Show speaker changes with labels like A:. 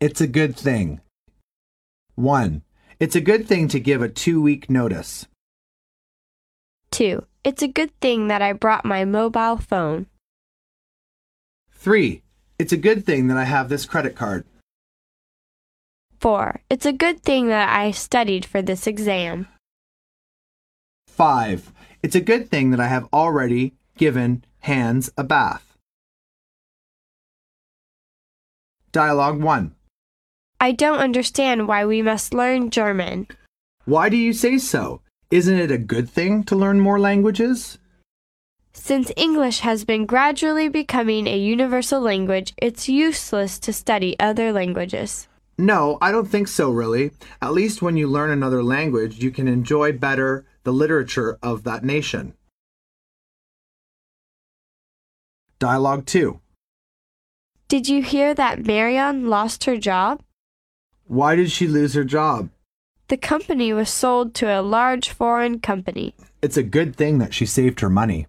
A: It's a good thing. 1. It's a good thing to give a two week notice.
B: 2. It's a good thing that I brought my mobile phone.
A: 3. It's a good thing that I have this credit card.
B: 4. It's a good thing that I studied for this exam.
A: 5. It's a good thing that I have already given hands a bath. Dialogue 1.
B: I don't understand why we must learn German.
A: Why do you say so? Isn't it a good thing to learn more languages?
B: Since English has been gradually becoming a universal language, it's useless to study other languages.
A: No, I don't think so, really. At least when you learn another language, you can enjoy better the literature of that nation. Dialogue 2.
B: Did you hear that Marion lost her job?
A: Why did she lose her job?
B: The company was sold to a large foreign company.
A: It's a good thing that she saved her money.